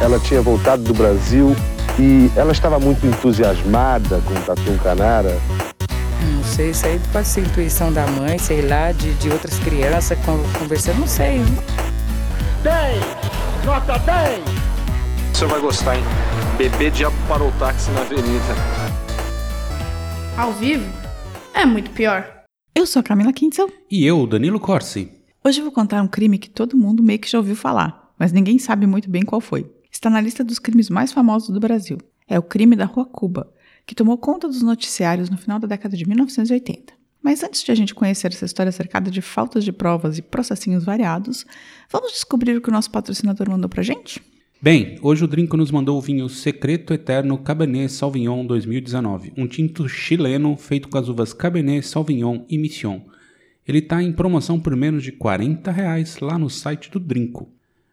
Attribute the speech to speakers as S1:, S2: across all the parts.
S1: Ela tinha voltado do Brasil e ela estava muito entusiasmada com o Tatu Canara.
S2: Não sei, isso aí pode ser intuição da mãe, sei lá, de, de outras crianças con- conversando, não sei.
S3: 10, nota 10.
S4: O senhor vai gostar, hein? Bebê diabo para o táxi na avenida.
S5: Ao vivo é muito pior.
S6: Eu sou a Camila Kintzel.
S7: E eu, Danilo Corsi.
S6: Hoje eu vou contar um crime que todo mundo meio que já ouviu falar, mas ninguém sabe muito bem qual foi. Está na lista dos crimes mais famosos do Brasil. É o crime da Rua Cuba, que tomou conta dos noticiários no final da década de 1980. Mas antes de a gente conhecer essa história cercada de faltas de provas e processinhos variados, vamos descobrir o que o nosso patrocinador mandou pra gente?
S7: Bem, hoje o Drinco nos mandou o vinho Secreto Eterno Cabernet Sauvignon 2019, um tinto chileno feito com as uvas Cabernet Sauvignon e Mission. Ele está em promoção por menos de R$ 40 reais lá no site do Drinco.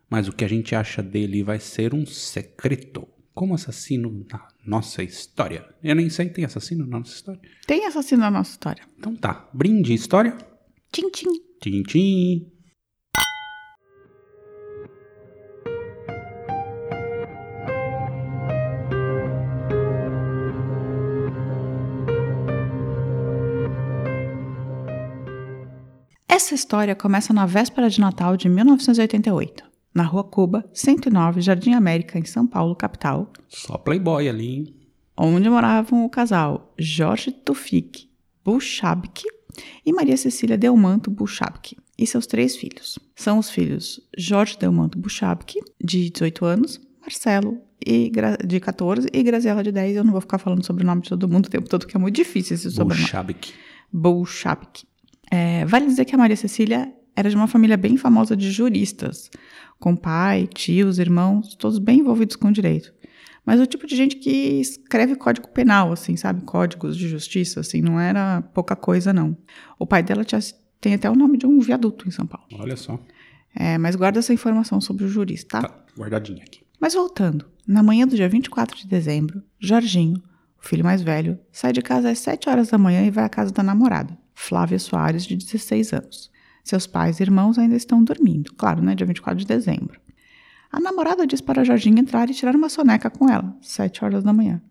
S7: Mas o que a gente acha dele vai ser um secreto. Como assassino na nossa história. Eu nem sei, tem assassino na nossa história?
S6: Tem assassino na nossa história.
S7: Então tá, brinde história.
S6: Tchim, tchim.
S7: Tchim, tchim.
S6: Essa história começa na véspera de Natal de 1988, na Rua Cuba, 109, Jardim América, em São Paulo, capital,
S7: Só playboy ali, hein?
S6: onde moravam o casal Jorge Tufik Buchabki e Maria Cecília Delmanto Buchabki e seus três filhos. São os filhos Jorge Delmanto Buchabki, de 18 anos, Marcelo, e Gra- de 14, e Graziela, de 10. Eu não vou ficar falando sobre o nome de todo mundo o tempo todo, que é muito difícil esse sobrenome.
S7: Bolchabik.
S6: Bolchabik. É, vale dizer que a Maria Cecília era de uma família bem famosa de juristas, com pai, tios, irmãos, todos bem envolvidos com o direito. Mas o tipo de gente que escreve código penal, assim, sabe? Códigos de justiça, assim, não era pouca coisa, não. O pai dela tinha- tem até o nome de um viaduto em São Paulo.
S7: Olha só.
S6: É, mas guarda essa informação sobre o jurista, tá?
S7: Tá guardadinho aqui.
S6: Mas voltando, na manhã do dia 24 de dezembro, Jorginho, o filho mais velho, sai de casa às 7 horas da manhã e vai à casa da namorada, Flávia Soares, de 16 anos. Seus pais e irmãos ainda estão dormindo, claro, né? Dia 24 de dezembro. A namorada diz para Jorginho entrar e tirar uma soneca com ela, 7 horas da manhã.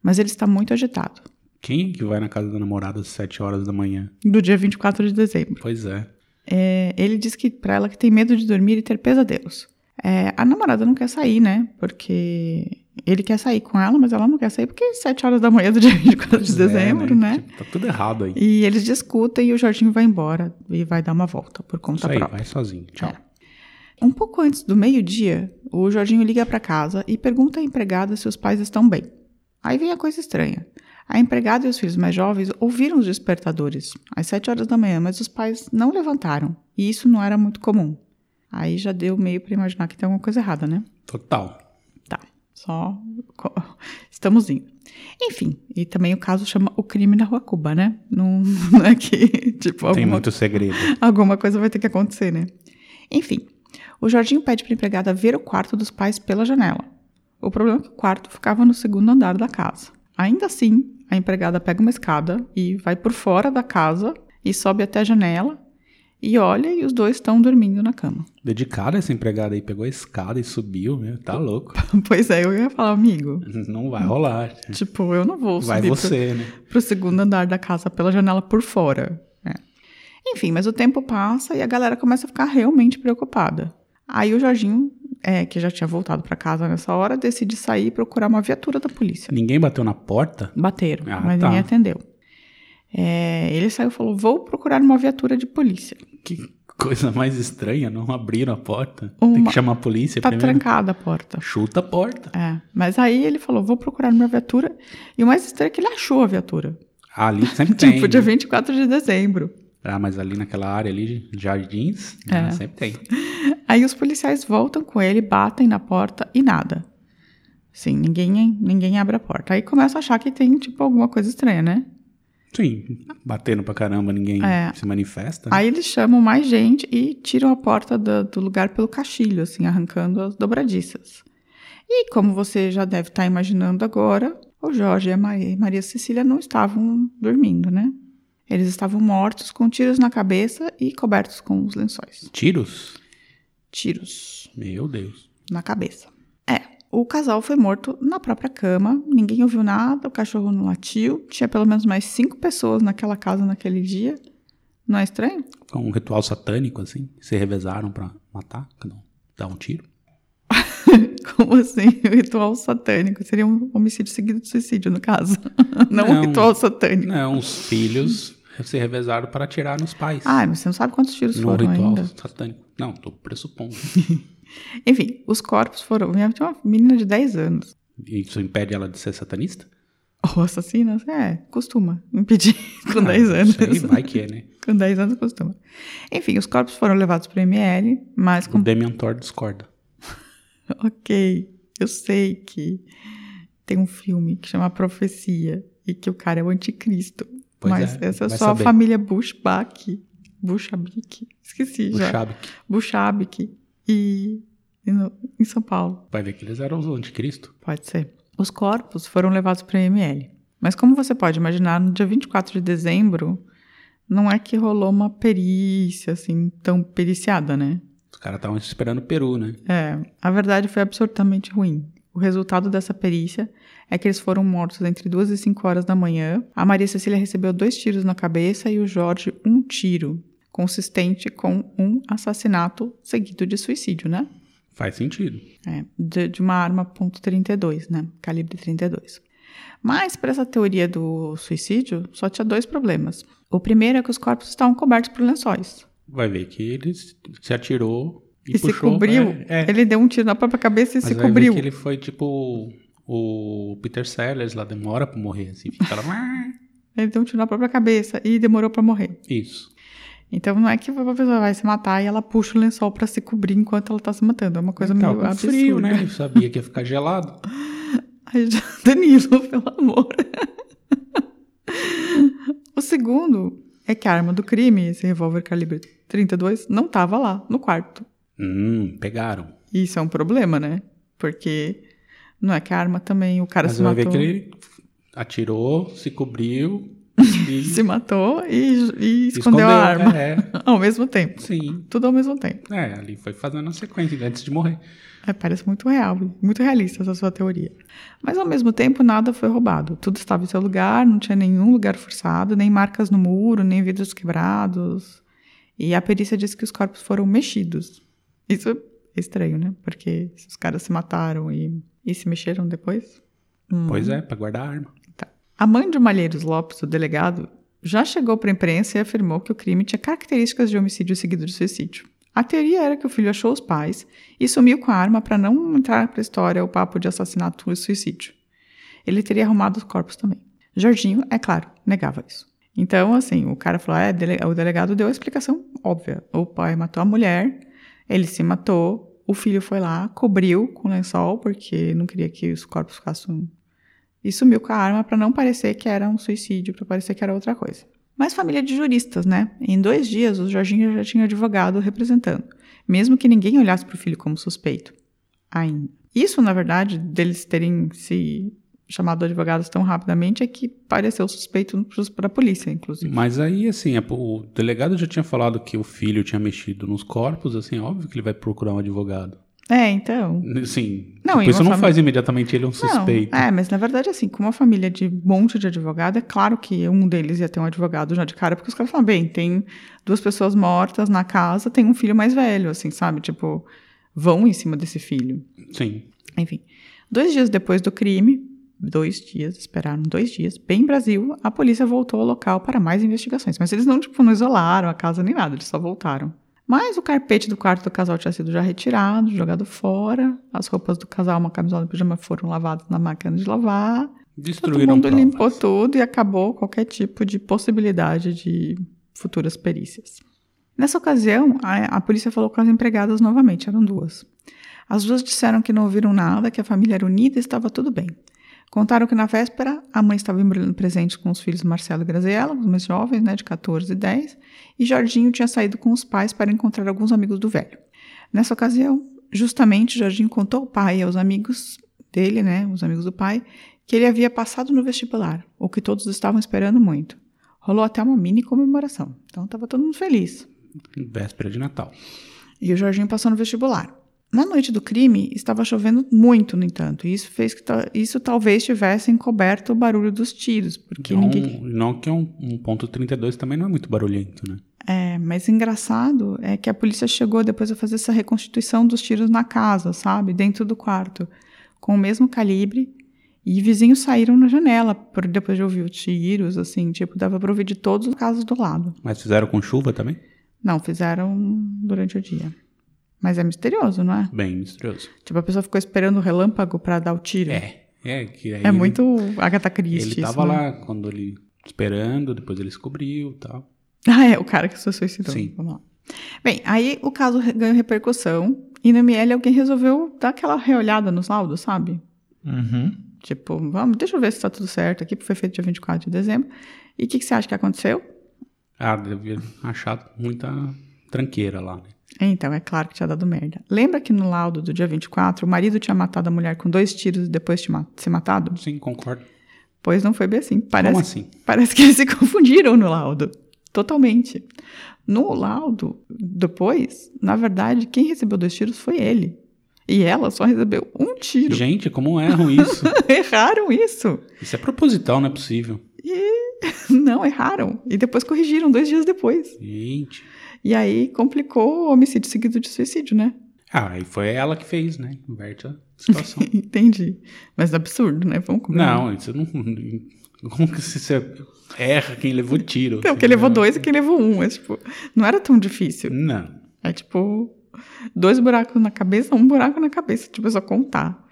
S6: Mas ele está muito agitado.
S7: Quem é que vai na casa da namorada às 7 horas da manhã?
S6: Do dia 24 de dezembro.
S7: Pois é.
S6: É, ele diz que para ela que tem medo de dormir e ter pesadelos. É, a namorada não quer sair, né? Porque ele quer sair com ela, mas ela não quer sair porque é 7 horas da manhã do dia 24 de
S7: Pois
S6: dezembro,
S7: é,
S6: né?
S7: Tipo, Tá tudo errado aí.
S6: E eles discutem e o Jorginho vai embora e vai dar uma volta por
S7: Isso
S6: conta
S7: aí,
S6: própria.
S7: vai sozinho. Tchau.
S6: tá É. Um pouco antes do meio-dia, o Jorginho liga para casa e pergunta à empregada se os pais estão bem. Aí vem a coisa estranha. A empregada e os filhos mais jovens ouviram os despertadores às 7 horas da manhã, mas os pais não levantaram. E isso não era muito comum. Aí já deu meio para imaginar que tem alguma coisa errada, né?
S7: Total.
S6: Tá, só co- estamos indo. Enfim, e também o caso chama O Crime na Rua Cuba, né? Não, não é que, tipo,
S7: Tem
S6: alguma
S7: muito segredo.
S6: Alguma coisa vai ter que acontecer, né? Enfim, o Jorginho pede para empregada ver o quarto dos pais pela janela. O problema é que o quarto ficava no segundo andar da casa. Ainda assim, a empregada pega uma escada e vai por fora da casa e sobe até a janela e olha e os dois estão dormindo na cama.
S7: Dedicada essa empregada aí, pegou a escada e subiu, meu. Tá louco.
S6: pois é, eu ia falar, amigo,
S7: Não vai rolar.
S6: tipo, eu não vou
S7: Hum. Vai
S6: subir pro-
S7: você, né?
S6: pro segundo andar da casa pela janela por fora. né? Enfim, mas o tempo passa e a galera começa a ficar realmente preocupada. Aí o Jorginho, é, que já tinha voltado para casa nessa hora, decide sair e procurar uma viatura da polícia.
S7: Ninguém bateu na porta?
S6: Bateram,
S7: Ah,
S6: mas
S7: tá.
S6: ninguém atendeu. É, ele saiu e falou: Vou procurar uma viatura de polícia. Tá
S7: Que coisa mais estranha. Não abriram a porta. Tem
S6: Uma-
S7: que chamar a polícia
S6: Tá
S7: primeiro.
S6: trancada a porta.
S7: Chuta a porta.
S6: É, mas aí ele falou: Vou procurar uma viatura. E o mais estranho é que ele achou a viatura.
S7: Ah, ali sempre tem.
S6: Tipo, dia
S7: né?
S6: 24 de dezembro.
S7: Ah, mas ali naquela área ali, de jardins, né,
S6: É.
S7: sempre tem.
S6: Aí os policiais voltam com ele, batem na porta e nada. Sim, ninguém, ninguém abre a porta. Aí começa a achar que tem, tipo, alguma coisa estranha, né?
S7: Sim, batendo pra caramba, ninguém
S6: É.
S7: se manifesta. né?
S6: Aí eles chamam mais gente e tiram a porta da- do lugar pelo cachilho, assim, arrancando as dobradiças. E como você já deve estar imaginando agora, o Jorge e a Ma- e Maria Cecília não estavam dormindo, né? Eles estavam mortos, com tiros na cabeça e cobertos com os lençóis.
S7: Tiros?
S6: Tiros.
S7: Meu Deus.
S6: na cabeça. É, O casal foi morto na própria cama, ninguém ouviu nada, o cachorro não latiu. Tinha pelo menos mais cinco pessoas naquela casa naquele dia. Não é estranho?
S7: Foi um ritual satânico, assim? Se revezaram pra matar? Cada um dá um tiro?
S6: Como assim? O ritual satânico. Seria um homicídio seguido de suicídio, no caso. Não,
S7: Não.
S6: um ritual satânico.
S7: Não, os Né, filhos se revezaram para atirar nos pais.
S6: Ah, mas você não sabe quantos tiros
S7: no
S6: foram
S7: é um ritual
S6: ainda.
S7: satânico. Não, tô pressupondo.
S6: Enfim, os corpos foram. Minha tinha uma menina de 10 anos.
S7: Isso impede ela de ser satanista?
S6: Ou assassinas, é, costuma impedir com
S7: Ah,
S6: 10
S7: não
S6: anos.
S7: sei, vai que é, né?
S6: Com 10 anos costuma. Enfim, os corpos foram levados para o ML, mas
S7: O
S6: com.
S7: Demian Thor discorda.
S6: Ok, eu sei que tem um filme que chama Profecia e que o cara é o anticristo.
S7: Pois
S6: mas
S7: é,
S6: essa é
S7: vai
S6: só
S7: saber.
S6: a família Bushbach. Bushabik? Esqueci
S7: O
S6: já.
S7: Shabik.
S6: Bushabik. E, e no- em São Paulo.
S7: Vai ver que eles eram os anticristo.
S6: Pode ser. Os corpos foram levados para a IML. Mas como você pode imaginar, no dia 24 de dezembro, não é que rolou uma perícia, assim, tão periciada, né?
S7: Os caras estavam esperando o Peru, né?
S6: É, a verdade foi absolutamente ruim. O resultado dessa perícia é que eles foram mortos entre 2 e 5 horas da manhã. A Maria Cecília recebeu dois tiros na cabeça e o Jorge um tiro, consistente com um assassinato seguido de suicídio, né?
S7: Faz sentido.
S6: É, de, de uma arma .32, né? Calibre 32. Mas para essa teoria do suicídio, só tinha dois problemas. O primeiro é que os corpos estavam cobertos por lençóis.
S7: Vai ver que ele se se atirou e,
S6: E, se
S7: puxou.
S6: cobriu.
S7: É, é.
S6: Ele deu um tiro na própria cabeça e
S7: Mas
S6: se
S7: vai
S6: cobriu.
S7: Ver que ele foi tipo o Peter Sellers lá, demora pra morrer, assim, fica lá. "Ah".
S6: Ele deu um tiro na própria cabeça e demorou para morrer.
S7: Isso.
S6: Então não é que a pessoa vai se matar e ela puxa o lençol para se cobrir enquanto ela tá se matando. É uma coisa
S7: Ele tava
S6: meio
S7: com
S6: absurda.
S7: frio, né? Ele sabia que ia ficar gelado.
S6: Ai, já- Danilo, pelo amor. O segundo é que a arma do crime, esse revólver calibre 32, não estava lá no quarto.
S7: Hum, pegaram.
S6: E isso é um problema, né? Porque não é que a arma também, o cara
S7: Mas
S6: se
S7: vai
S6: matou,
S7: ver que ele atirou, se cobriu e
S6: se matou e, e
S7: se
S6: escondeu, a arma
S7: É,
S6: ao mesmo tempo.
S7: sim.
S6: Tudo ao mesmo tempo.
S7: É, ali foi fazendo a sequência antes de morrer.
S6: É, parece muito real, muito realista essa sua teoria. Mas ao mesmo tempo, nada foi roubado. Tudo estava em seu lugar, não tinha nenhum lugar forçado, nem marcas no muro, nem vidros quebrados. E a perícia disse que os corpos foram mexidos. Isso é estranho, né? Porque se os caras se mataram e, e se mexeram depois. Hum.
S7: Pois é, pra guardar a arma.
S6: A mãe de Malheiros Lopes, o delegado, já chegou para a imprensa e afirmou que o crime tinha características de homicídio seguido de suicídio. A teoria era que o filho achou os pais e sumiu com a arma para não entrar para a história o papo de assassinato e suicídio. Ele teria arrumado os corpos também. Jorginho, é claro, negava isso. Então, assim, o cara falou: "Ah, é, dele- o delegado deu a explicação óbvia. O pai matou a mulher, ele se matou, o filho foi lá, cobriu com lençol, porque não queria que os corpos ficassem e sumiu com a arma para não parecer que era um suicídio, para parecer que era outra coisa. Mas família de juristas, né? Em dois dias, o Jorginho já tinha advogado representando, mesmo que ninguém olhasse para o filho como suspeito. Ainda. Isso, na verdade, deles terem se chamado advogados tão rapidamente é que pareceu suspeito para a polícia, inclusive.
S7: Mas aí, assim, a- o delegado já tinha falado que o filho tinha mexido nos corpos, assim, óbvio que ele vai procurar um advogado.
S6: É, então.
S7: Sim.
S6: Não,
S7: Não,
S6: e
S7: isso
S6: uma
S7: não
S6: fami-
S7: faz imediatamente ele um suspeito.
S6: Não, é, mas na verdade, assim, com uma família de um monte de advogado, é claro que um deles ia ter um advogado já de cara, porque os caras falam, bem, tem duas pessoas mortas na casa, tem um filho mais velho, assim, sabe? Tipo, vão em cima desse filho.
S7: Sim.
S6: Enfim, dois dias depois do crime, dois dias, esperaram dois dias, bem Brasil, a polícia voltou ao local para mais investigações. Mas eles não, tipo, não isolaram a casa nem nada, eles só voltaram. Mas o carpete do quarto do casal tinha sido já retirado, jogado fora. As roupas do casal, uma camisola e um pijama foram lavadas na máquina de lavar. Todo
S7: Destruíram
S6: mundo
S7: provas.
S6: limpou tudo e acabou qualquer tipo de possibilidade de futuras perícias. Nessa ocasião, a, a polícia falou com as empregadas novamente, eram duas. As duas disseram que não ouviram nada, que a família era unida e estava tudo bem. Contaram que na véspera a mãe estava embrulhando presente com os filhos Marcelo e Graziella, os mais jovens, né, de 14 e 10, e Jorginho tinha saído com os pais para encontrar alguns amigos do velho. Nessa ocasião, justamente, Jorginho contou ao pai e aos amigos dele, né, os amigos do pai, que ele havia passado no vestibular, o que todos estavam esperando muito. Rolou até uma mini comemoração, então estava todo mundo feliz.
S7: Véspera de Natal.
S6: E o Jorginho passou no vestibular. Na noite do crime, estava chovendo muito, no entanto, e isso fez que ta- isso talvez tivesse encoberto o barulho dos tiros, porque
S7: Não,
S6: ninguém.
S7: não que é um, um ponto 32 também não é muito barulhento, né?
S6: É, mas engraçado é que a polícia chegou depois a fazer essa reconstituição dos tiros na casa, sabe? Dentro do quarto, com o mesmo calibre. E vizinhos saíram na janela por- depois de ouvir os tiros, assim, tipo, dava pra ouvir de todos os casos do lado.
S7: Mas fizeram com chuva também?
S6: Não, fizeram durante o dia. Mas é misterioso, não é?
S7: Bem misterioso.
S6: Tipo, a pessoa ficou esperando o relâmpago pra dar o tiro.
S7: É. É, que aí
S6: É
S7: ele-
S6: muito Agatha Christie. isso,
S7: Ele tava
S6: né?
S7: lá quando ele esperando, depois ele descobriu e tal.
S6: Ah, é, o cara que se suicidou.
S7: Sim.
S6: Vamos lá. Bem, aí o caso re- ganhou repercussão e no ML alguém resolveu dar aquela reolhada nos laudos, sabe?
S8: Uhum.
S6: Tipo, vamos, deixa eu ver se tá tudo certo aqui, porque foi feito dia 24 de dezembro. E o que, que você acha que aconteceu?
S7: Ah, devia achar muita tranqueira lá, né?
S6: Então, é claro que tinha dado merda. Lembra que no laudo do dia 24 o marido tinha matado a mulher com dois tiros e depois tinha ma- se matado?
S7: Sim, concordo.
S6: Pois não foi bem assim. Parece
S7: Como assim?
S6: Parece que eles se confundiram no laudo. Totalmente. No laudo, depois, na verdade, quem recebeu dois tiros foi ele. E ela só recebeu um tiro.
S7: Gente, como erram isso?
S6: Erraram isso.
S7: isso é proposital, não é possível.
S6: Não, erraram. E depois corrigiram dois dias depois.
S7: Gente.
S6: E aí complicou o homicídio seguido de suicídio, né?
S7: Ah, aí foi ela que fez, né? Inverte a situação.
S6: Entendi. Mas absurdo, né? Vamos combinar.
S7: não, isso não. Como que você erra quem levou tiro?
S6: Então, quem levou dois e quem levou um. É, tipo, não era tão difícil.
S7: Não.
S6: É tipo dois buracos na cabeça, um buraco na cabeça, tipo, é só contar.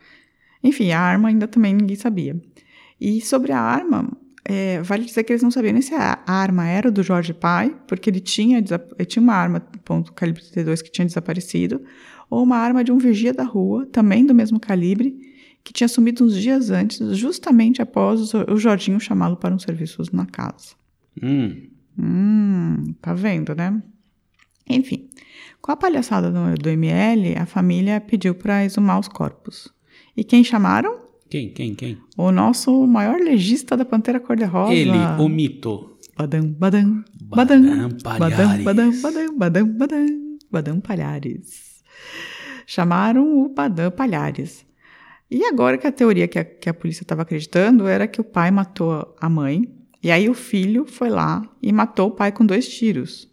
S6: Enfim, a arma ainda também ninguém sabia. E sobre a arma, é, vale dizer que eles não sabiam nem se a a arma era do Jorge Pai, porque ele tinha, desa- ele tinha uma arma ponto calibre 32 que tinha desaparecido, ou uma arma de um vigia da rua, também do mesmo calibre, que tinha sumido uns dias antes, justamente após o o Jorginho chamá-lo para uns serviços na casa.
S7: Hum,
S6: Hum, tá vendo, né? Enfim, com a palhaçada do, do ML, a família pediu para exumar os corpos. E quem chamaram?
S7: quem, quem, quem?
S6: O nosso maior legista da Pantera Cor-de-Rosa.
S7: Ele, o mito.
S6: Badam, badam, badam,
S7: Badam
S6: badam,
S7: Palhares.
S6: badam, badam, badam, badam, badam Palhares. Chamaram o Badam Palhares. E agora que a teoria que a, que a polícia estava acreditando era que o pai matou a mãe, e aí o filho foi lá e matou o pai com dois tiros.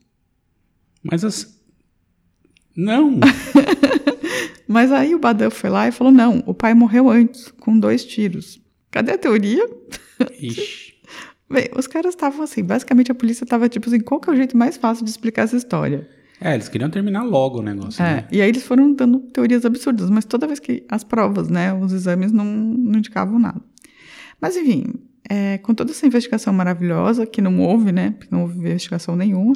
S7: Mas as. Não!
S6: Mas aí o Badam foi lá e falou: não, o pai morreu antes, com dois tiros. Cadê a teoria?
S7: Ixi.
S6: Bem, os caras estavam assim, basicamente a polícia estava tipo assim, qual que é o jeito mais fácil de explicar essa história?
S7: É, eles queriam terminar logo o negócio.
S6: É,
S7: né?
S6: e aí eles foram dando teorias absurdas, mas toda vez que as provas, né, os exames não, não indicavam nada. Mas enfim, é, com toda essa investigação maravilhosa, que não houve, né, porque não houve investigação nenhuma,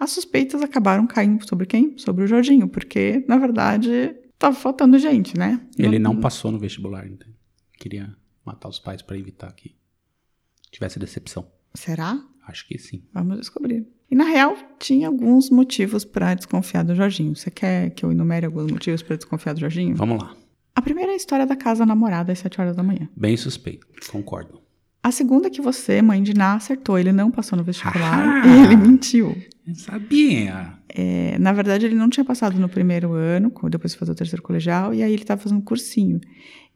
S6: as suspeitas acabaram caindo sobre quem? Sobre o Jorginho, porque, na verdade, tava faltando gente, né?
S7: Ele não passou no vestibular, então. Queria matar os pais pra evitar que tivesse decepção.
S6: Será?
S7: Acho que sim.
S6: Vamos descobrir. E na real, tinha alguns motivos para desconfiar do Jorginho. Você quer que eu enumere alguns motivos para desconfiar do Jorginho?
S7: Vamos lá.
S6: A primeira é a história da casa namorada às 7 horas da manhã.
S7: Bem suspeito. Concordo.
S6: A segunda é que você, mãe de Ná, acertou. Ele não passou no vestibular
S7: Ah!
S6: e ele mentiu.
S7: Eu sabia.
S6: É, na verdade, ele não tinha passado no primeiro ano, co- depois de fazer o terceiro colegial, e aí ele estava fazendo cursinho.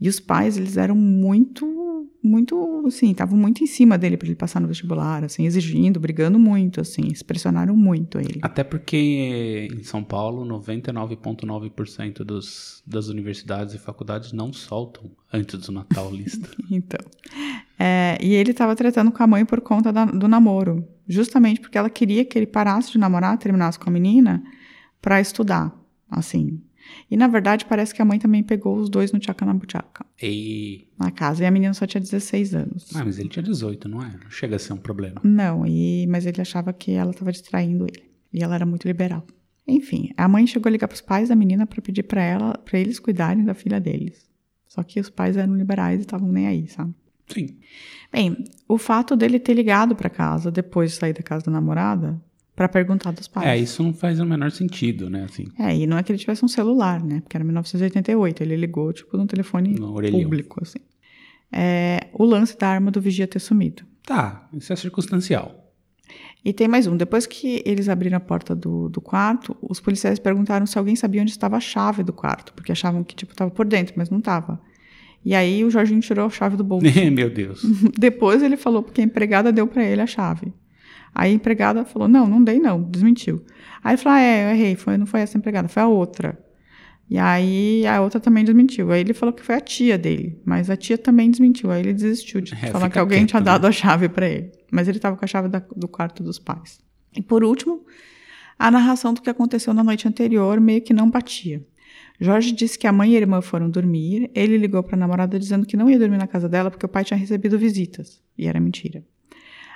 S6: E os pais, eles eram muito, muito, assim, estavam muito em cima dele para ele passar no vestibular, assim, exigindo, brigando muito, assim, eles pressionaram muito ele.
S7: Até porque em São Paulo, 99,9% dos, das universidades e faculdades não soltam antes do Natal lista.
S6: Então. É, e ele estava tratando com a mãe por conta da- do namoro. Justamente porque ela queria que ele parasse de namorar, terminasse com a menina, para estudar, assim. E na verdade parece que a mãe também pegou os dois no tchaca na buchaca,
S7: e.
S6: na casa. E a menina só tinha 16 anos.
S7: Ah, mas ele tinha 18, não é? Não chega a ser um problema.
S6: Não, e, mas ele achava que ela estava distraindo ele. E ela era muito liberal. Enfim, a mãe chegou a ligar para os pais da menina para pedir para ela, para eles cuidarem da filha deles. Só que os pais eram liberais e estavam nem aí, sabe?
S7: Sim.
S6: Bem, o fato dele ter ligado pra casa depois de sair da casa da namorada pra perguntar dos pais.
S7: É, isso não faz o menor sentido, né? Assim,
S6: É, e não é que ele tivesse um celular, né? Porque era 1988, ele ligou, tipo, num telefone
S7: no orelhão.
S6: público, assim. É, o lance da arma do vigia ter sumido.
S7: Tá, isso é circunstancial.
S6: E tem mais um. Depois que eles abriram a porta do, do quarto, os policiais perguntaram se alguém sabia onde estava a chave do quarto, porque achavam que, tipo, estava por dentro, mas não estava. E aí o Jorginho tirou a chave do bolso.
S7: Ih, Meu Deus.
S6: Depois ele falou porque a empregada deu para ele a chave. Aí a empregada falou: Não, não dei, não, desmentiu. Aí ele falou: ah, É, eu errei, foi, não foi essa empregada, foi a outra. E aí a outra também desmentiu. Aí ele falou que foi a tia dele, mas a tia também desmentiu. Aí ele desistiu de
S7: É,
S6: falar
S7: fica
S6: que alguém
S7: quieto,
S6: tinha
S7: né?
S6: dado a chave para ele. Mas ele estava com a chave da- do quarto dos pais. E por último, a narração do que aconteceu na noite anterior meio que não batia. Jorge disse que a mãe e a irmã foram dormir. Ele ligou para a namorada dizendo que não ia dormir na casa dela porque o pai tinha recebido visitas. E era mentira.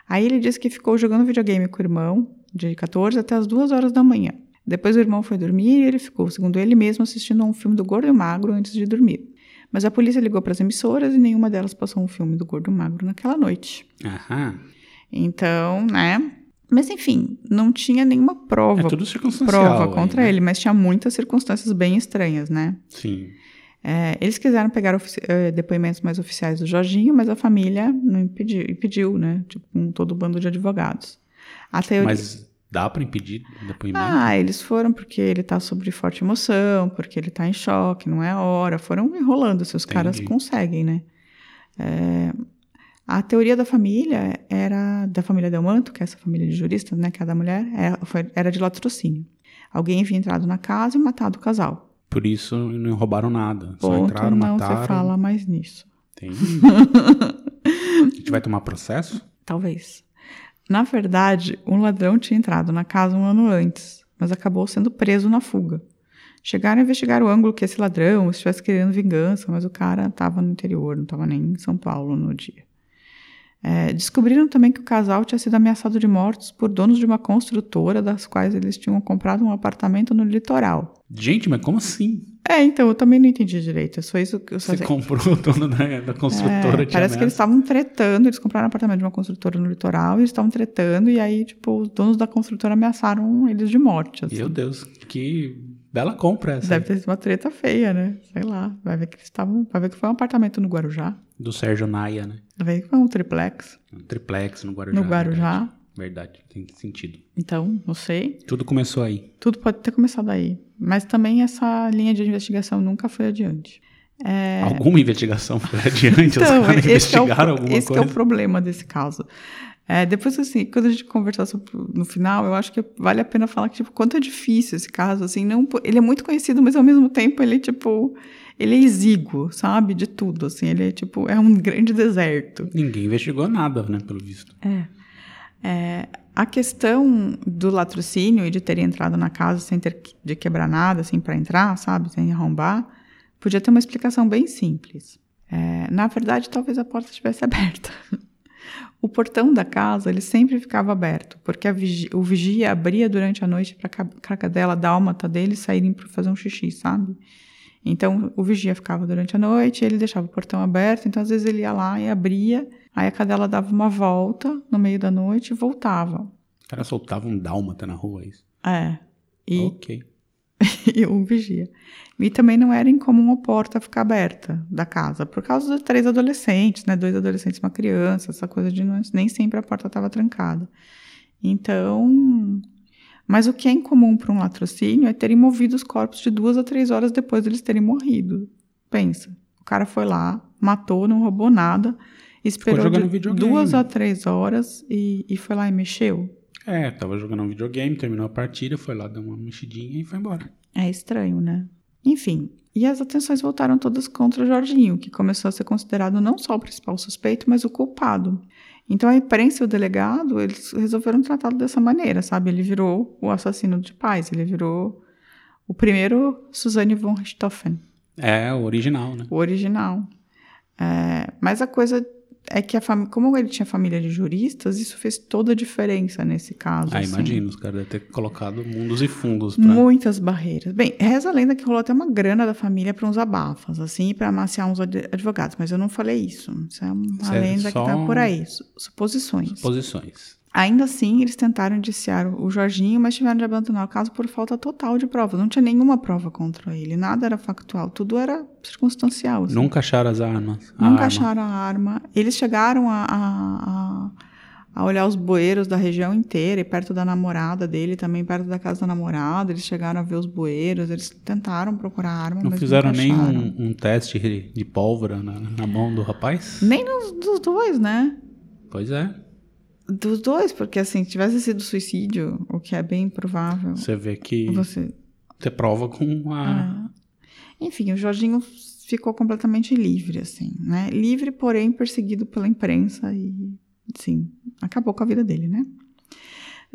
S6: Aí ele disse que ficou jogando videogame com o irmão, de 14 até as 2 horas da manhã. Depois o irmão foi dormir e ele ficou, segundo ele mesmo, assistindo a um filme do Gordo e Magro antes de dormir. Mas a polícia ligou para as emissoras e nenhuma delas passou um filme do Gordo e Magro naquela noite.
S7: Aham.
S6: Então, né? Mas enfim, não tinha nenhuma prova,
S7: É tudo circunstancial.
S6: prova
S7: aí,
S6: contra
S7: né?
S6: ele, mas tinha muitas circunstâncias bem estranhas, né?
S7: Sim.
S6: É, eles quiseram pegar ofici- eh, depoimentos mais oficiais do Jorginho, mas a família não impediu, impediu né? Tipo, com todo o bando de advogados. A teoria...
S7: Mas né? dá pra impedir depoimento?
S6: Ah, eles foram porque ele tá sobre forte emoção, porque ele tá em choque, não é a hora. Foram enrolando, se os caras
S7: Entendi.
S6: conseguem, né? É, a teoria da família era da família Del Manto, que é essa família de juristas, né? Que é a da mulher, era, foi- era de latrocínio. Alguém havia entrado na casa e matado o casal.
S7: Por isso não roubaram nada. Só
S6: Ponto,
S7: entraram,
S6: não
S7: mataram.
S6: se fala mais nisso.
S7: Entendi. A gente vai tomar processo?
S6: Talvez. Na verdade, um ladrão tinha entrado na casa um ano antes, mas acabou sendo preso na fuga. Chegaram a investigar o ângulo que esse ladrão estivesse querendo vingança, mas o cara estava no interior, não estava nem em São Paulo no dia. É, descobriram também que o casal tinha sido ameaçado de mortes por donos de uma construtora das quais eles tinham comprado um apartamento no litoral.
S7: Gente, mas como assim?
S6: É, então eu também não entendi direito. É só isso que eu só
S7: Você comprou o dono da, da construtora
S6: é,
S7: de
S6: parece que eles estavam tretando, eles compraram um apartamento de uma construtora no litoral, eles estavam tretando, e aí, tipo, os donos da construtora ameaçaram eles de morte. assim.
S7: Meu Deus, que bela compra essa.
S6: Deve ter sido uma treta feia, né? Sei lá. Vai ver que eles estavam. Vai ver que foi um apartamento no Guarujá.
S7: Do Sérgio Naia, né?
S6: Vai ver que foi um triplex
S7: Um triplex no Guarujá.
S6: no Guarujá.
S7: Verdade. verdade, tem sentido.
S6: Então, não sei.
S7: Tudo começou aí.
S6: Tudo pode ter começado aí. Mas também essa linha de investigação nunca foi adiante.
S7: Alguma investigação foi adiante? os caras
S6: É. esse é o
S7: investigaram
S6: pro-
S7: alguma
S6: esse que
S7: coisa?
S6: é o problema desse caso. É, depois, assim, quando a gente conversar sobre- no final, eu acho que vale a pena falar que, tipo, quanto é difícil esse caso, assim, não, po- ele é muito conhecido, mas ao mesmo tempo ele, tipo, ele é exíguo, sabe, de tudo, assim, ele é, tipo, é um grande deserto.
S7: Ninguém investigou nada, né, pelo visto.
S6: A questão do latrocínio e de ter entrado na casa sem ter que- de quebrar nada, assim, para entrar, sabe, sem arrombar, podia ter uma explicação bem simples. É, na verdade, talvez a porta estivesse aberta. O portão da casa ele sempre ficava aberto, porque a vigi- o vigia abria durante a noite para a carcadela da dálmata dele saírem para fazer um xixi, sabe? Então o vigia ficava durante a noite, ele deixava o portão aberto, então às vezes ele ia lá e abria, aí a cadela dava uma volta no meio da noite e voltava.
S7: Os caras soltavam um dálmata na rua, é isso?
S6: É. E,
S7: Ok.
S6: e o vigia. E também não era incomum a porta ficar aberta da casa, por causa de três adolescentes, né? Dois adolescentes e uma criança, essa coisa de não- nem sempre a porta estava trancada. Então. Mas o que é incomum para um latrocínio é terem movido os corpos de duas a três horas depois deles terem morrido. Pensa. O cara foi lá, matou, não roubou nada, esperou
S7: jogando
S6: de
S7: videogame.
S6: duas a três horas e, e foi lá e mexeu.
S7: É, tava jogando um videogame, terminou a partida, foi lá, deu uma mexidinha e foi embora.
S6: É estranho, né? Enfim, e as atenções voltaram todas contra o Jorginho, que começou a ser considerado não só o principal suspeito, mas o culpado. Então a imprensa e o delegado, eles resolveram tratá-lo dessa maneira, sabe? Ele virou o assassino de pais, ele virou o primeiro Suzanne von Richthofen,
S7: É, o original, né?
S6: o original. É, mas a coisa é que, a fami- como ele tinha família de juristas, isso fez toda a diferença nesse caso.
S7: Ah,
S6: assim.
S7: imagina, os caras devem ter colocado mundos e fundos pra...
S6: Muitas barreiras. Bem, reza a lenda que rolou até uma grana da família para uns abafas, assim, para amaciar uns ad- advogados, mas eu não falei isso. Isso é uma
S7: Isso é
S6: lenda
S7: só
S6: que tá por
S7: um-
S6: aí. su- Suposições.
S7: Posições.
S6: Ainda assim, eles tentaram indiciar o o Jorginho, mas tiveram de abandonar o caso por falta total de provas. Não tinha nenhuma prova contra ele, nada era factual, tudo era circunstancial. assim.
S7: Nunca acharam as armas. a
S6: Nunca
S7: arma.
S6: acharam a arma. Eles chegaram a, a- a- a olhar os bueiros da região inteira e perto da namorada dele, também perto da casa da namorada. Eles chegaram a ver os bueiros, eles tentaram procurar arma,
S7: Não
S6: mas
S7: fizeram
S6: nunca
S7: nem
S6: acharam.
S7: um, um teste de pólvora na, na mão do rapaz?
S6: Nem nos, dos dois, né?
S7: Pois é.
S6: Dos dois, porque assim, tivesse sido suicídio, o que é bem provável,
S7: Você vê que
S6: você...
S7: você prova com a.
S6: Ah. Enfim, o Jorginho ficou completamente livre, assim, né? Livre, porém perseguido pela imprensa e, sim, acabou com a vida dele, né?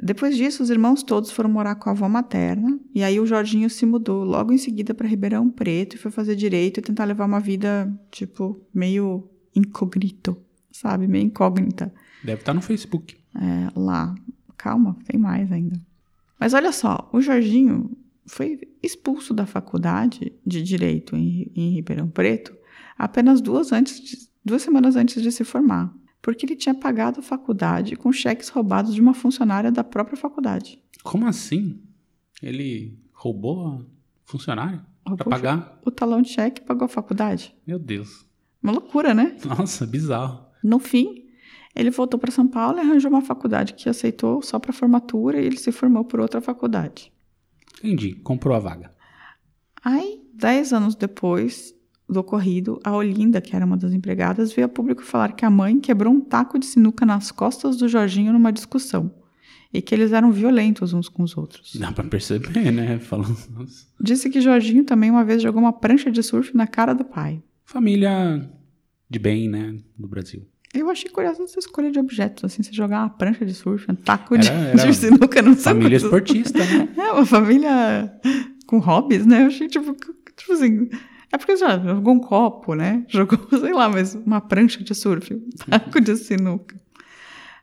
S6: Depois disso, os irmãos todos foram morar com a avó materna, e aí o Jorginho se mudou logo em seguida para Ribeirão Preto e foi fazer direito e tentar levar uma vida, tipo, meio incognito, sabe? Meio incógnita
S7: Deve estar no Facebook.
S6: é, lá. Calma, tem mais ainda. Mas olha só, o Jorginho foi expulso da faculdade de Direito em, em Ribeirão Preto apenas duas, antes de- duas semanas antes de se formar, porque ele tinha pagado a faculdade com cheques roubados de uma funcionária da própria faculdade.
S7: Como assim? Ele roubou a funcionária pra
S6: Roubou o che-
S7: pagar?
S6: o talão de cheque e pagou a faculdade.
S7: Meu Deus.
S6: Uma loucura, né?
S7: Nossa, bizarro.
S6: No fim, ele voltou para São Paulo e arranjou uma faculdade que aceitou só para formatura e ele se formou por outra faculdade.
S7: Entendi. Comprou a vaga.
S6: Aí, dez anos depois do ocorrido, a Olinda, que era uma das empregadas, veio a público falar que a mãe quebrou um taco de sinuca nas costas do Jorginho numa discussão e que eles eram violentos uns com os outros.
S7: Dá pra perceber, né? Falando. Nossa.
S6: Disse que Jorginho também uma vez jogou uma prancha de surf na cara do pai.
S7: Família de bem, né? Do Brasil.
S6: Eu achei curiosa essa escolha de objetos, assim, você jogar uma prancha de surf, um taco
S7: Era-
S6: de,
S7: era
S6: de sinuca no
S7: Família esportista, né?
S6: É, uma família com hobbies, né? Eu achei, tipo, que- tipo assim... É porque já jogou um copo, né? Jogou, sei lá, mas uma prancha de surf, um taco de sinuca.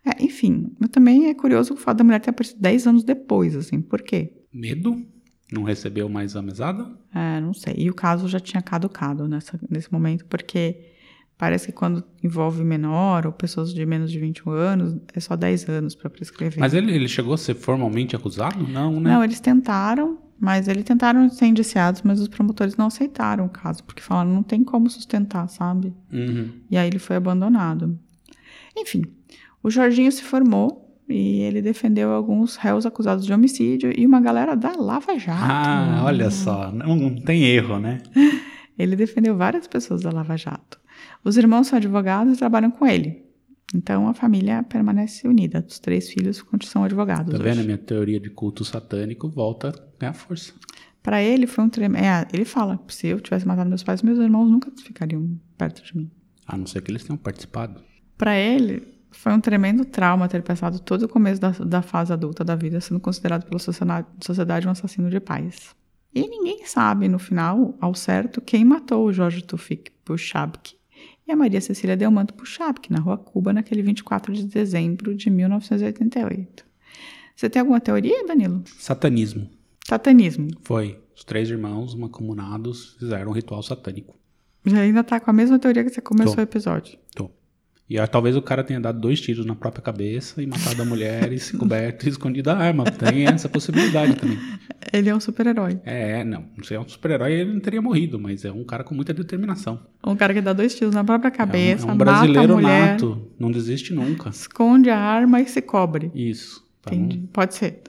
S6: É, enfim, mas também é curioso o fato da mulher ter aparecido 10 anos depois, assim. Por quê?
S7: Medo. Não recebeu mais a mesada?
S6: É, não sei. E o caso já tinha caducado nessa, nesse momento, porque parece que quando envolve menor ou pessoas de menos de 21 anos, é só 10 anos para prescrever.
S7: Mas ele, ele chegou a ser formalmente acusado? Não, né?
S6: Não, eles tentaram, mas eles tentaram ser indiciados, mas os promotores não aceitaram o caso, porque falaram não tem como sustentar, sabe?
S7: Uhum.
S6: E aí ele foi abandonado. Enfim, o Jorginho se formou e ele defendeu alguns réus acusados de homicídio e uma galera da Lava Jato.
S7: Ah, olha só. Não, não tem erro, né?
S6: Ele defendeu várias pessoas da Lava Jato. Os irmãos são advogados e trabalham com ele. Então a família permanece unida. Os três filhos são advogados.
S7: Tá
S6: hoje.
S7: vendo? A minha teoria de culto satânico volta a ganhar força.
S6: Pra ele foi um trem. É, ele fala: se eu tivesse matado meus pais, meus irmãos nunca ficariam perto de mim.
S7: A não ser que eles tenham participado.
S6: Pra ele, foi um tremendo trauma ter passado todo o começo da, da fase adulta da vida sendo considerado pela sociena- sociedade um assassino de pais. E ninguém sabe, no final, ao certo, quem matou o Jorge Tufik Puchabki e a Maria Cecília Delmanto Puchabki na Rua Cuba naquele 24 de dezembro de 1988. Você tem alguma teoria, Danilo?
S7: Satanismo.
S6: Satanismo.
S7: Foi. Os três irmãos mancomunados fizeram um ritual satânico.
S6: Já ainda tá com a mesma teoria que você começou
S7: Tô.
S6: o episódio.
S7: E ah, talvez o cara tenha dado dois tiros na própria cabeça e matado a mulher e se coberto e escondido a arma. Tem essa possibilidade também.
S6: Ele é um super-herói.
S7: É, é, não. Se é um super-herói, ele não teria morrido, mas é um cara com muita determinação.
S6: Um cara que dá dois tiros na própria
S7: É um-
S6: cabeça,
S7: é um,
S6: mata a
S7: brasileiro
S6: mulher,
S7: nato. Não desiste nunca.
S6: esconde a arma e se cobre.
S7: Isso. Então,
S6: Entendi. Pode ser.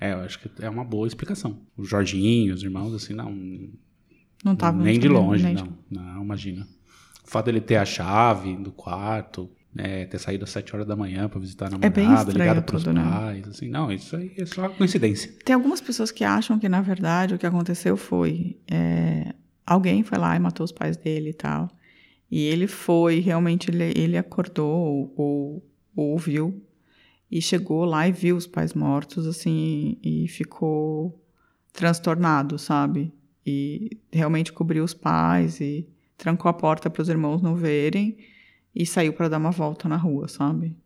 S7: é, eu acho que é uma boa explicação. O Jorginho, os irmãos, assim, não,
S6: Não tava né?
S7: nem de
S6: sabendo,
S7: longe,
S6: nem de-
S7: não. Não, imagina. O fato dele ter a chave do quarto, né, ter saído às 7 horas da manhã pra visitar a
S6: É bem
S7: namorada,
S6: estranho
S7: ligado pros
S6: tudo, né?
S7: pais, assim, não, isso aí é só coincidência.
S6: Tem algumas pessoas que acham que, na verdade, o que aconteceu foi... é, alguém foi lá e matou os pais dele e tal. E ele foi, realmente, ele, ele acordou ou, ou- ou ouviu. E chegou lá e viu os pais mortos, assim, e ficou transtornado, sabe? E realmente cobriu os pais e trancou a porta para os irmãos não verem. E saiu para dar uma volta na rua, sabe?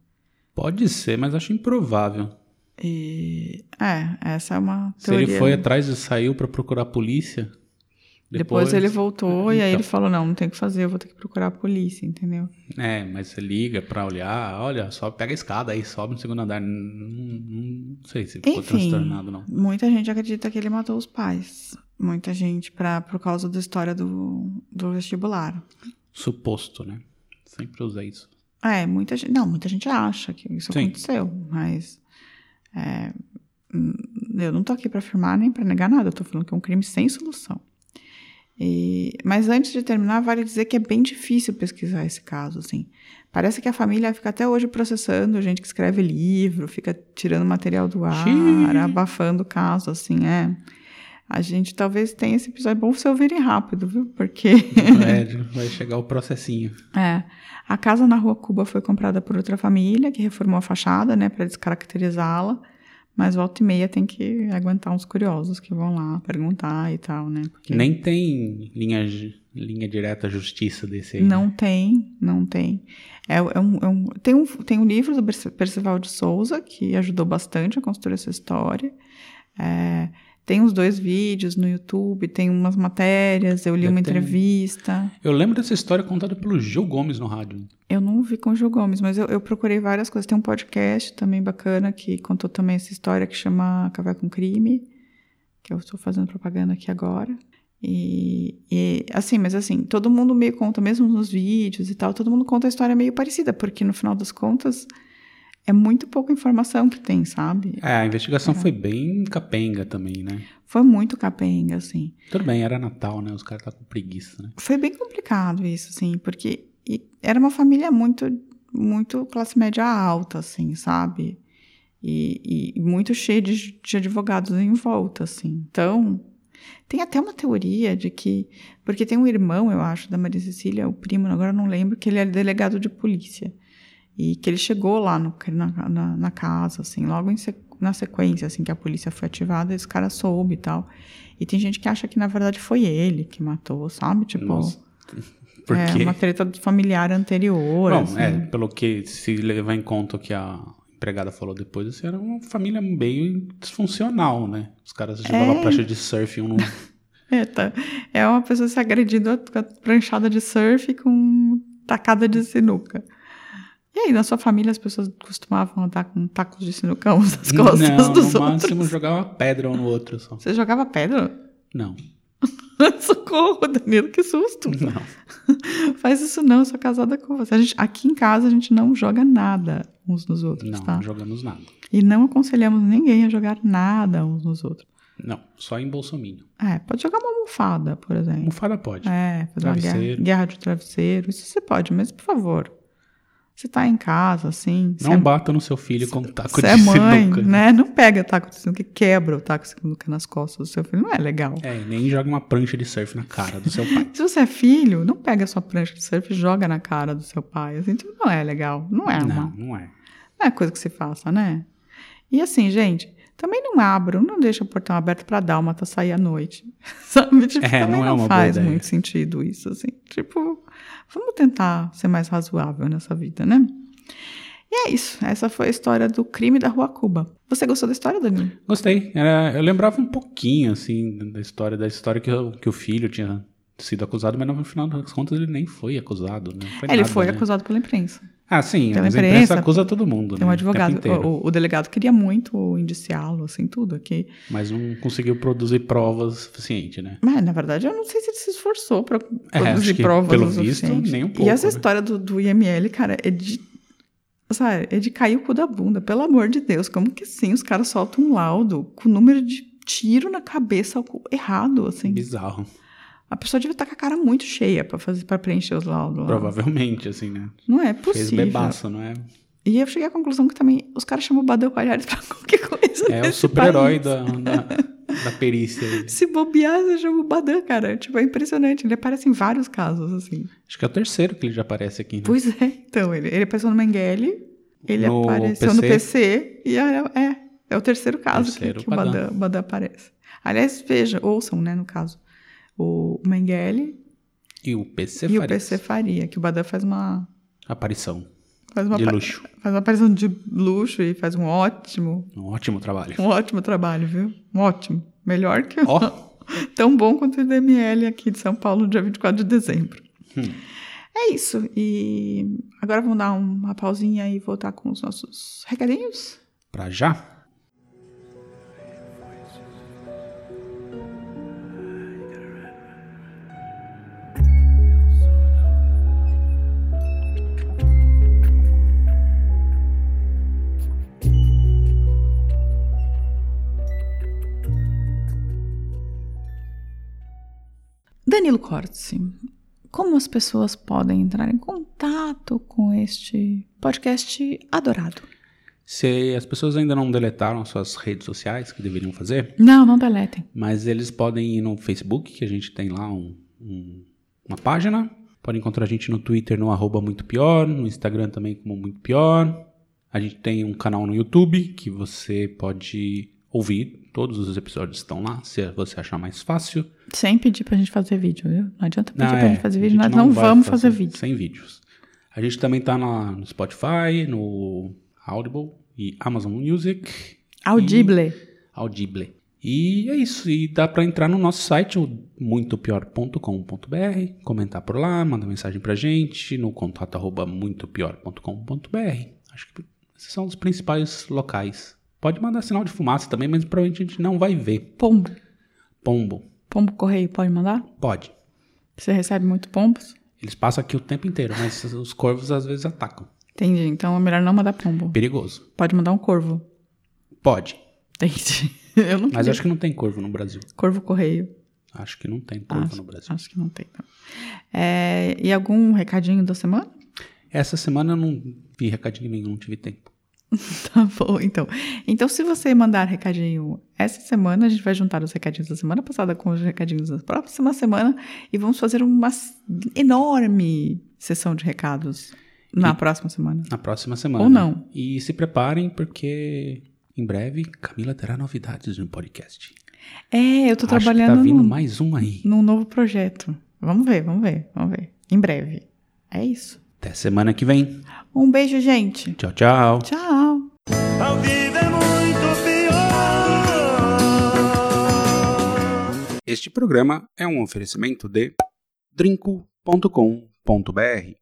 S7: Pode ser, mas acho improvável.
S6: E é, essa é uma
S7: Se
S6: teoria.
S7: ele foi atrás e saiu pra procurar a polícia,
S6: depois,
S7: depois, é,
S6: ele voltou e aí
S7: Então.
S6: ele falou: não, não tem o que fazer, eu vou ter que procurar a polícia, entendeu?
S7: É, mas você liga pra olhar, olha, só pega a escada aí, sobe no segundo andar. Não, não- não sei se ficou
S6: Enfim.
S7: transtornado, não.
S6: Muita gente acredita que ele matou os pais. Muita gente, pra, por causa da história do, do vestibular.
S7: Suposto, né? Sempre usei isso.
S6: É, muita gente. Não, muita gente acha que isso
S7: Sim.
S6: aconteceu, mas. é, hum, eu não tô aqui para afirmar nem para negar nada, eu tô falando que é um crime sem solução. E- mas antes de terminar, vale dizer que é bem difícil pesquisar esse caso, assim. Parece que a família fica até hoje processando gente que escreve livro, fica tirando material do ar,
S7: Xiii.
S6: abafando o caso, assim, é. A gente talvez tenha esse episódio é bom se ouvirem rápido, viu? Porque.
S7: É, vai chegar o processinho.
S6: É. A casa na rua Cuba foi comprada por outra família que reformou a fachada, né, para descaracterizá-la. Mas volta e meia tem que aguentar uns curiosos que vão lá perguntar e tal, né? Porque
S7: Nem tem linha, gi- linha direta à justiça desse aí. né?
S6: não tem, não tem. É, é um, é um- tem, um, tem um livro do Perce- Percival de Souza que ajudou bastante a construir essa história. É, tem uns dois vídeos no YouTube, tem umas matérias, eu li
S7: Eu
S6: uma
S7: tenho.
S6: entrevista.
S7: Eu lembro dessa história contada pelo Gil Gomes no rádio.
S6: Eu não vi com o Gil Gomes, mas eu, eu procurei várias coisas. Tem um podcast também bacana que contou também essa história que chama Acabar com Crime, que eu estou fazendo propaganda aqui agora. E, e, assim, mas assim, todo mundo meio conta, mesmo nos vídeos e tal, todo mundo conta a história meio parecida, porque no final das contas é muito pouca informação que tem, sabe?
S7: É, a investigação foi bem capenga também, né?
S6: Foi muito capenga, assim.
S7: Tudo bem, era Natal, né? Os caras tá com preguiça, né?
S6: Foi bem complicado isso, assim, porque e- era uma família muito, muito classe média alta, assim, sabe? E, e muito cheia de, de advogados em volta, assim. Então, tem até uma teoria de que. Porque tem um irmão, eu acho, da Maria Cecília, o primo, agora eu não lembro, que ele era delegado de polícia. E que ele chegou lá no- na, na- na casa, assim, logo em se- na sequência, assim, que a polícia foi ativada, esse cara soube e tal. E tem gente que acha que, na verdade, foi ele que matou, sabe? Tipo,
S7: Nossa. Por
S6: é,
S7: quê?
S6: uma treta familiar anterior.
S7: Bom,
S6: assim.
S7: é, pelo que se levar em conta o que a empregada falou depois, assim, era uma família bem disfuncional, né? Os caras jogavam
S6: É.
S7: prancha de surf um no...
S6: É, tá. É uma pessoa se agredindo com a pranchada de surf e com tacada de sinuca. E aí, na sua família, as pessoas costumavam andar com tacos de sinuca uns nas costas
S7: Não,
S6: dos
S7: no
S6: outros.
S7: máximo jogava pedra um no outro só.
S6: Você jogava pedra?
S7: Não,
S6: Socorro, Danilo, que susto.
S7: não.
S6: Faz isso não, eu sou casada com você. A gente- aqui em casa a gente não joga nada uns nos outros,
S7: Não,
S6: tá?
S7: não jogamos nada.
S6: E não aconselhamos ninguém a jogar nada uns nos outros.
S7: Não, só em Bolsonaro.
S6: É, pode jogar uma almofada, por exemplo.
S7: Mufada pode.
S6: É, fazer uma guerra,
S7: Travesseiro.
S6: guerra de travesseiro. Isso você pode, mas por favor. Você tá em casa, assim.
S7: não
S6: você é-
S7: bata no seu filho com um taco
S6: você
S7: de
S6: é mãe,
S7: sinuca.
S6: né? Não pega o taco de sinuca e quebra o taco de sinuca nas costas do seu filho. Não é legal.
S7: É, e nem joga uma prancha de surf na cara do seu pai.
S6: Se você é filho, não pega a sua prancha de surf e joga na cara do seu pai. Assim, tipo, não é legal. Não é uma,
S7: não, não é.
S6: não é coisa que se faça, né? E assim, gente, também não abram, não deixa o portão aberto pra dálmata sair à noite. Sabe? Tipo,
S7: É,
S6: também
S7: não
S6: não,
S7: é uma boa
S6: faz
S7: ideia.
S6: muito sentido isso, assim. Tipo, vamos tentar ser mais razoável nessa vida, né? E é isso. Essa foi a história do crime da Rua Cuba. Você gostou da história, Danilo?
S7: Gostei. Era- eu lembrava um pouquinho, assim, da história, da história que, o- que o filho tinha sido acusado, mas no final das contas ele nem foi acusado, né? Foi
S6: É, ele
S7: nada,
S6: foi
S7: né?
S6: acusado pela imprensa.
S7: Ah, sim,
S6: pela
S7: mas a imprensa
S6: imprensa,
S7: acusa todo mundo,
S6: Tem
S7: né?
S6: um
S7: O
S6: advogado.
S7: tempo inteiro.
S6: O, o delegado queria muito indiciá-lo, assim, tudo. ok?
S7: Mas não conseguiu produzir provas suficiente, né?
S6: Mas, na verdade, eu não sei se ele se esforçou pra
S7: É, acho
S6: produzir
S7: que,
S6: provas
S7: pelo
S6: o
S7: visto,
S6: suficiente.
S7: nem um
S6: E
S7: pouco,
S6: essa
S7: né?
S6: história do, do IML, cara, é de. Sabe, é de cair o cu da bunda, pelo amor de Deus. Como que assim? Os caras soltam um laudo com o número de tiro na cabeça ao cu- errado, assim.
S7: Bizarro.
S6: A pessoa devia estar com a cara muito cheia pra fazer para preencher os laudos. lá.
S7: Provavelmente, assim, né?
S6: Não é
S7: Fez
S6: possível.
S7: bebaço, não é?
S6: E eu cheguei à conclusão que também os caras chamam o Badeu Palhares pra qualquer coisa.
S7: É o
S6: nesse
S7: super-herói
S6: país.
S7: da, da, da perícia. aí.
S6: Se bobear, você chama o Badan, cara. Tipo, é impressionante. Ele aparece em vários casos, assim.
S7: Acho que é o terceiro que ele já aparece aqui, né?
S6: Pois é, então, ele, ele apareceu no Mengele, ele
S7: No
S6: apareceu no PC, e é, é, é o terceiro caso que-
S7: Terceiro
S6: que, o Badan, Badan aparece. Aliás, veja, ouçam, né, no caso, o Mengele
S7: E o PC
S6: e o
S7: Farias.
S6: PC Faria, que o Badan faz uma...
S7: Aparição
S6: Faz uma,
S7: de
S6: apa-
S7: luxo.
S6: faz uma aparição de luxo e faz um ótimo,
S7: Um ótimo trabalho.
S6: um ótimo trabalho, viu? Um ótimo. Melhor que o...
S7: Ó,
S6: Tão bom quanto o IDML aqui de São Paulo, dia 24 de dezembro.
S7: Hum.
S6: É isso. E agora vamos dar uma pausinha e voltar com os nossos recadinhos.
S7: pra já?
S6: Danilo Corte, como as pessoas podem entrar em contato com este podcast adorado?
S7: Se as pessoas ainda não deletaram suas redes sociais, que deveriam fazer,
S6: Não, não deletem.
S7: mas eles podem ir no Facebook, que a gente tem lá um- um- uma página. Podem encontrar a gente no Twitter no arroba muito pior, no Instagram também como muito pior. A gente tem um canal no YouTube que você pode ouvir. Todos os episódios estão lá, se você achar mais fácil.
S6: Sem pedir pra gente fazer vídeo, viu? Não adianta pedir
S7: Não,
S6: pra
S7: é,
S6: gente fazer
S7: a
S6: vídeo,
S7: gente
S6: nós não,
S7: vai
S6: vamos fazer, vídeo.
S7: Sem vídeos. A gente também tá na- no Spotify, no Audible e Amazon Music,
S6: Audible.
S7: Audible. E é isso. E dá pra entrar no nosso site, o muitopior.com.br, comentar por lá, mandar mensagem pra gente, no contato arroba muitopior.com.br. Acho que esses são os principais locais. Pode mandar sinal de fumaça também, mas provavelmente a gente não vai ver.
S6: Pombo.
S7: Pombo.
S6: Pombo Correio, pode mandar?
S7: Pode.
S6: Você recebe muito pombos?
S7: Eles passam aqui o tempo inteiro, mas os corvos às vezes atacam.
S6: Entendi. Então é melhor não mandar pombo.
S7: Perigoso.
S6: Pode mandar um corvo.
S7: Pode.
S6: Entendi. Eu não
S7: Mas
S6: queria.
S7: acho que não tem corvo no Brasil.
S6: Corvo Correio.
S7: Acho que não tem corvo
S6: acho,
S7: no Brasil.
S6: acho que não tem. não. É, e algum recadinho da semana?
S7: Essa semana eu não vi recadinho nenhum, não tive tempo.
S6: Tá bom, então. Então, se você mandar recadinho essa semana, a gente vai juntar os recadinhos da semana passada com os recadinhos da próxima semana e vamos fazer uma s- enorme sessão de recados na
S7: E-
S6: próxima semana.
S7: Na próxima semana. né?
S6: Ou não.
S7: E se preparem, porque em breve Camila terá novidades no podcast.
S6: É, eu tô
S7: acho
S6: trabalhando
S7: que tá vindo
S6: num-
S7: mais um aí.
S6: num novo projeto. Vamos ver, vamos ver, vamos ver. Em breve. É isso.
S7: Até semana que vem.
S6: Um beijo, gente.
S7: Tchau, tchau.
S6: Tchau.
S3: A vida é muito pior.
S7: Este programa é um oferecimento de drinco.com.br.